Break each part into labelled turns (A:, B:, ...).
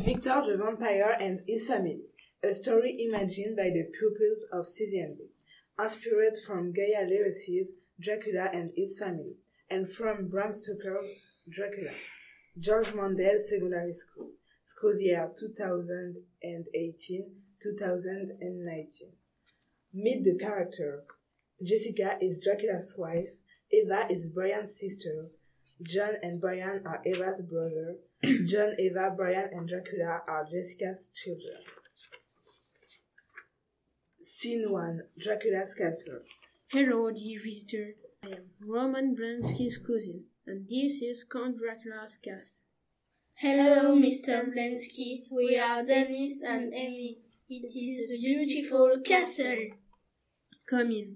A: Victor the Vampire and His Family, a story imagined by the pupils of CCMB, inspired from Gaia Lewis's Dracula and His Family, and from Bram Stoker's Dracula. George Mandel Secondary School, school year 2018-2019. Meet the characters. Jessica is Dracula's wife, Eva is Brian's sisters, John and Brian are Eva's brother, John, Eva, Brian, and Dracula are Jessica's children. Scene 1 Dracula's Castle.
B: Hello, dear visitor. I am Roman Bransky's cousin, and this is Count Dracula's castle.
C: Hello, Mr. Blensky. We are Dennis and Amy. It is a beautiful castle.
B: Come in.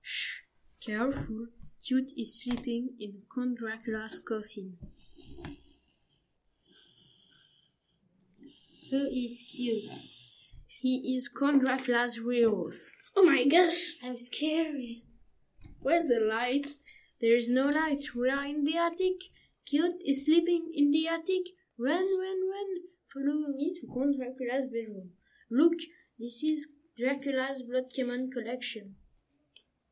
B: Shh, careful. Cute is sleeping in Count Dracula's coffin.
D: Who is cute?
B: He is Count Dracula's werewolf.
C: Oh my gosh,
D: I'm scared.
B: Where's the light? There is no light. We are in the attic. Cute is sleeping in the attic. Run, run, run. Follow me to Count Dracula's bedroom. Look, this is Dracula's Blood Command collection.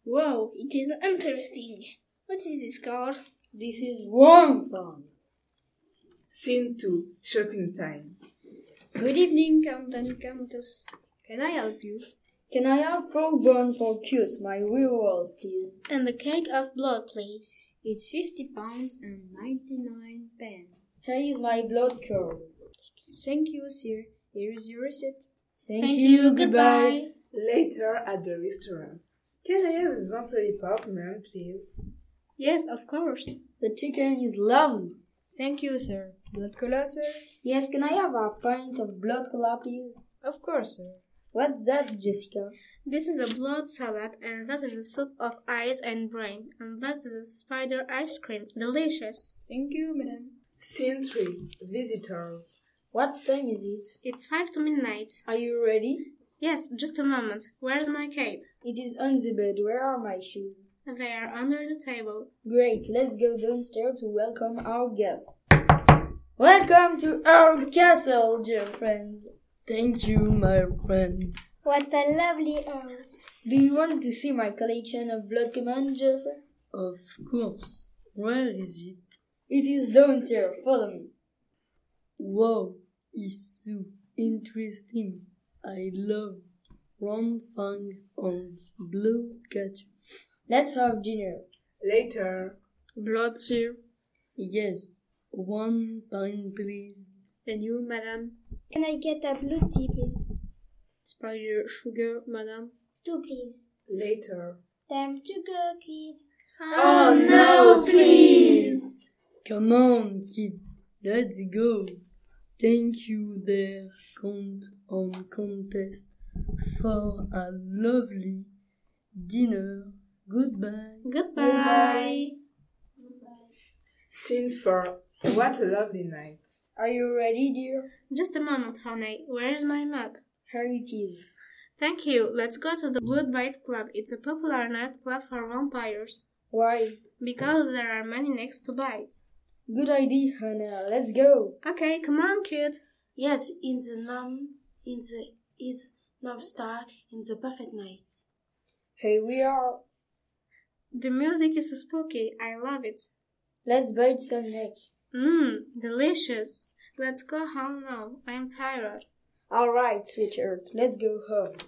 C: Wow, it is interesting. What is this called?
D: This is warm fun.
A: Scene 2 Shopping Time.
E: Good evening, Count and Countess. Can I help you?
D: Can I have frogborn for cute, my werewolf, please?
C: And a cake of blood, please.
E: It's 50 pounds and 99 pence.
D: Here is my blood curl.
E: Thank you, sir. Here is your receipt.
D: Thank, Thank you, goodbye.
A: Later at the restaurant. Can I have a vamp lollipop, ma'am, please?
E: Yes, of course.
D: The chicken is lovely.
E: Thank you, sir.
D: Blood cola, sir? Yes, can I have a pint of blood cola, please?
E: Of course, sir.
D: What's that, Jessica?
C: This is a blood salad, and that is a soup of eyes and brain, and that is a spider ice cream. Delicious.
E: Thank you, madam.
A: Scene 3 Visitors.
D: What time is it?
C: It's 5 to midnight.
D: Are you ready?
C: Yes, just a moment. Where's my cape?
D: It is on the bed. Where are my shoes?
C: They are under the table.
D: Great, let's go downstairs to welcome our guests. Welcome to our castle, dear friends.
F: Thank you, my friend.
G: What a lovely house.
D: Do you want to see my collection of blood command, dear friend?
F: Of course. Where is it?
D: It is downstairs. Follow me.
F: Wow, it's so interesting. I love round fang on blue cat.
D: Let's have dinner.
A: Later.
B: Blood, sir.
F: Yes. One time, please.
B: And you, madam?
G: Can I get a blue tea, please?
B: Spider sugar, madam?
G: Two, please.
A: Later.
G: Time to go, kid.
H: Oh, no, please!
F: Come on, kids. Let's go. Thank you there, Count on Contest, for a lovely dinner. Goodbye.
C: Goodbye. Goodbye.
A: Scene 4. What a lovely night.
D: Are you ready, dear?
C: Just a moment, honey. Where is my map?
D: Here it is.
C: Thank you. Let's go to the Blood Bite Club. It's a popular nightclub for vampires.
D: Why?
C: Because there are many necks to bite.
D: Good idea, Hannah. Let's go.
C: Okay, come on, kid.
I: Yes, in the num, in the it's num star, in the perfect night.
D: Here we are.
C: The music is spooky. I love it.
D: Let's bite some neck.
C: Mmm, delicious. Let's go home now. I'm tired.
D: All right, sweetheart. Let's go home.